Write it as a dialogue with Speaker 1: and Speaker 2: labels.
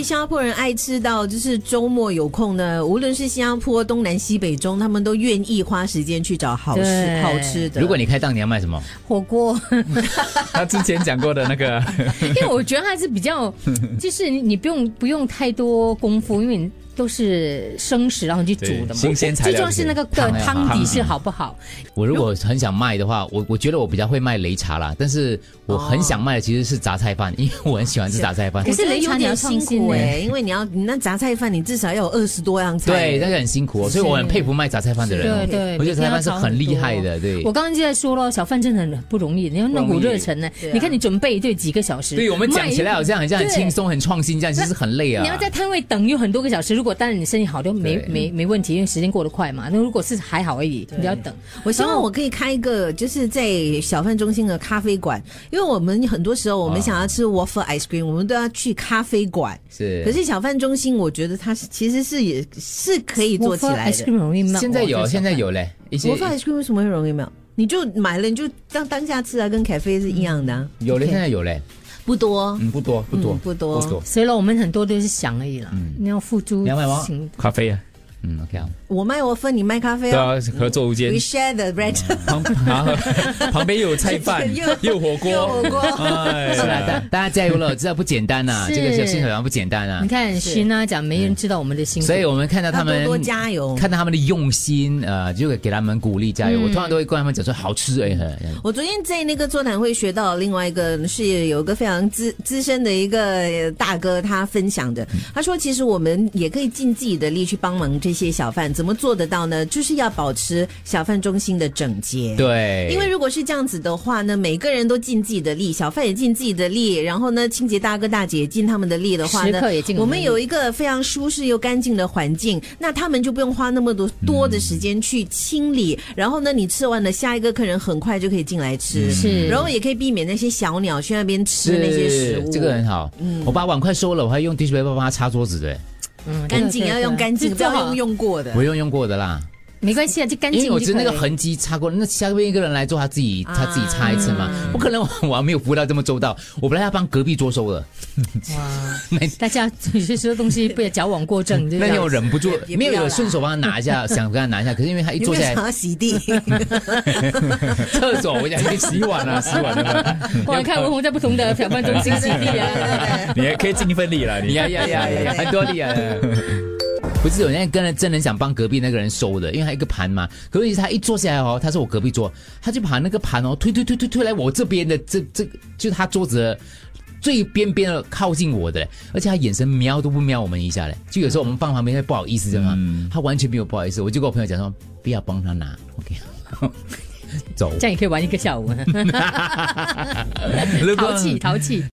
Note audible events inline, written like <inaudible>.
Speaker 1: 新加坡人爱吃到，就是周末有空呢，无论是新加坡东南西北中，他们都愿意花时间去找好吃
Speaker 2: 对
Speaker 1: 好吃的。
Speaker 3: 如果你开档，你要卖什么？
Speaker 2: 火锅， <laughs>
Speaker 3: 他之前讲过的那个，
Speaker 2: 因为我觉得它是比
Speaker 3: <laughs>
Speaker 2: 较，就是你你不用不用太多功夫，因为你都是生食然后去煮的嘛，
Speaker 4: 对新鲜材
Speaker 2: 最
Speaker 4: 料
Speaker 2: 重要是那个
Speaker 3: 汤料
Speaker 2: 汤
Speaker 3: 汤啊
Speaker 2: 底
Speaker 3: 底
Speaker 2: 是好不好？
Speaker 3: <laughs> 我如果很想卖的话，我我觉得我比较会卖擂茶啦，但是我很想卖的其实是杂菜饭，因为我很喜欢吃杂菜饭
Speaker 2: 可。是
Speaker 1: 我觉得
Speaker 2: 雷
Speaker 1: 有
Speaker 2: 传你
Speaker 1: 点
Speaker 2: 要
Speaker 1: 辛
Speaker 2: 创新
Speaker 1: 苦
Speaker 2: 呢
Speaker 1: 哎、因为你要你那杂菜饭，你至少要有二十多样菜。
Speaker 3: 对，但是很辛苦哦，所以我很佩服卖杂菜饭的人哦。
Speaker 2: 对对
Speaker 3: 我觉得杂菜饭是很厉害的，对。
Speaker 2: 我刚刚就在说了，小贩真的很不容易，你看那股热忱呢
Speaker 1: 对啊，
Speaker 2: 你看你准备就几个小时，
Speaker 3: 对我们讲起来
Speaker 2: 卖
Speaker 3: 好像很像很
Speaker 2: 对
Speaker 3: 轻松、很创新这样，其实很累啊。
Speaker 2: 你要在摊位等有很多个小时，如果当然你生意好就没
Speaker 3: 对
Speaker 2: 没没问题，因为时间过得快嘛。那如果是还好而已，你要等。
Speaker 1: 我希
Speaker 3: 哦
Speaker 1: 望我可以开一个，就是在小贩中心的咖啡馆，因为我们很多时候我们想要吃 waffle ice cream，我们都要去咖啡馆。
Speaker 3: 是
Speaker 1: 可是小贩中心，我觉得它是其实是也是可以做起来的。
Speaker 2: Waffle ice cream 容易卖，
Speaker 3: 现在有，
Speaker 2: 哇
Speaker 3: 现在。有嘞，一些
Speaker 1: waffle ice cream 为什么会容易没有？你就买了，你就当当下吃啊，跟凯菲是一样的、啊，
Speaker 3: 嗯有嘞，现在有嘞，
Speaker 1: 不多。
Speaker 3: 嗯，不多，不多，
Speaker 1: 嗯不多
Speaker 3: 不多。
Speaker 2: 所以了，我们很多都是想而已啦。
Speaker 3: 嗯
Speaker 2: 你要付诸
Speaker 3: 你要卖吗
Speaker 2: 行动
Speaker 4: 咖啡啊，
Speaker 3: 嗯，OK 啊，
Speaker 1: 我卖我分，你卖咖啡
Speaker 4: 对
Speaker 1: 哦。
Speaker 4: 啊，合作无间
Speaker 1: We，share the bread，
Speaker 4: 旁旁 <laughs> 旁边又有菜饭
Speaker 1: <laughs> 又，
Speaker 4: 又有
Speaker 3: 嗯
Speaker 4: 火
Speaker 1: 又
Speaker 4: 锅
Speaker 1: 火，锅。
Speaker 4: 哎
Speaker 3: 是啊，
Speaker 4: 呀，
Speaker 3: 大大家加油了，这不简单呐，
Speaker 2: 是
Speaker 3: 这个小新手羊不简单啊
Speaker 2: 你。看，徐娜讲没人知道我们的辛苦，
Speaker 3: 所以我们看到 <laughs> 他们
Speaker 1: 要多多加油嗯
Speaker 3: 看到他们的用心，呃，就给他们鼓励加油。我通常都会跟他们讲说好吃哎，很很
Speaker 1: 我昨天在那个座谈会学到另外一个是有一个非常资资深的一个呃大哥他分享的，
Speaker 3: 嗯
Speaker 1: 他说其实我们也可以尽自己的力去帮忙这些小贩，怎么做得到呢？就是要保持小贩中心的整洁。。
Speaker 3: 对，
Speaker 1: 因为如果是这样子的话呢，每个人都尽自己的力，小贩也尽自己的力，然后呢，清洁大哥大姐也尽他们的力的话
Speaker 2: 食
Speaker 1: 呢
Speaker 2: 客也，尽
Speaker 1: 我
Speaker 2: 我们
Speaker 1: 们
Speaker 2: 的力
Speaker 1: 有一个非常舒适又干净的环境，那他们就不用花那么多多的时间去清理，然后呢，你吃完了，下一个客人很快就可以进来吃，
Speaker 3: 嗯
Speaker 2: 是
Speaker 1: 然后也可以避免那些小鸟去那边吃那些食物，嗯
Speaker 3: 这个很好。我把碗筷收了，我还用 dish paper 帮他擦桌子的，
Speaker 2: 嗯
Speaker 1: 干净要用干净，不
Speaker 2: 最
Speaker 1: 要
Speaker 2: 好
Speaker 1: 用用过的
Speaker 3: 我。用用过的啦。
Speaker 2: 没关系啊，就干
Speaker 1: 哎
Speaker 3: 因为
Speaker 2: 净。
Speaker 3: 我知道那个。痕迹擦过，那下面一个人来做，他自己他自己擦一次嘛，
Speaker 1: 啊
Speaker 3: 不可能我我还没有服务到这么周到，我本来要帮隔壁桌收的，
Speaker 2: <laughs> 哇，
Speaker 3: 那
Speaker 2: 大家有些时候东西不要矫枉过正，就
Speaker 3: 那天
Speaker 2: 是
Speaker 3: 我忍不住
Speaker 1: 也，不
Speaker 3: 没
Speaker 1: 要啦
Speaker 3: 有有顺手帮他拿一
Speaker 1: <laughs>
Speaker 3: 下，想跟他拿一下，可是因为他一
Speaker 1: 你
Speaker 3: 坐
Speaker 1: 为
Speaker 3: 下
Speaker 1: 想
Speaker 3: 来
Speaker 1: 要洗地？
Speaker 3: 厕所，我想去 <laughs> 洗
Speaker 4: 洗碗啊，洗碗
Speaker 1: <laughs>
Speaker 4: 啊，
Speaker 2: 哇，看文红在不同的小贩中心洗地啊。
Speaker 4: 你还可以尽一份力了，你
Speaker 3: 呀呀呀呀，很多力
Speaker 1: <laughs>
Speaker 3: 啊！不是，我现在跟人真人想帮隔壁那个人收的，因为他一个盘嘛。可是他一坐下来哦，他是我隔壁桌，他就把那个盘哦推推推推推来我这边的这这，就是他桌子的最边边的靠近我的嘞，而且他眼神瞄都不瞄我们一下嘞。就有时候我们放旁边会不好意思这样啊，
Speaker 1: 嗯
Speaker 3: 他完全没有不好意思，我就跟我朋友讲说不要帮他拿，OK，走。 <laughs>
Speaker 2: 这样也可以玩一个下午，
Speaker 3: 如果 <laughs>
Speaker 2: 淘气淘气。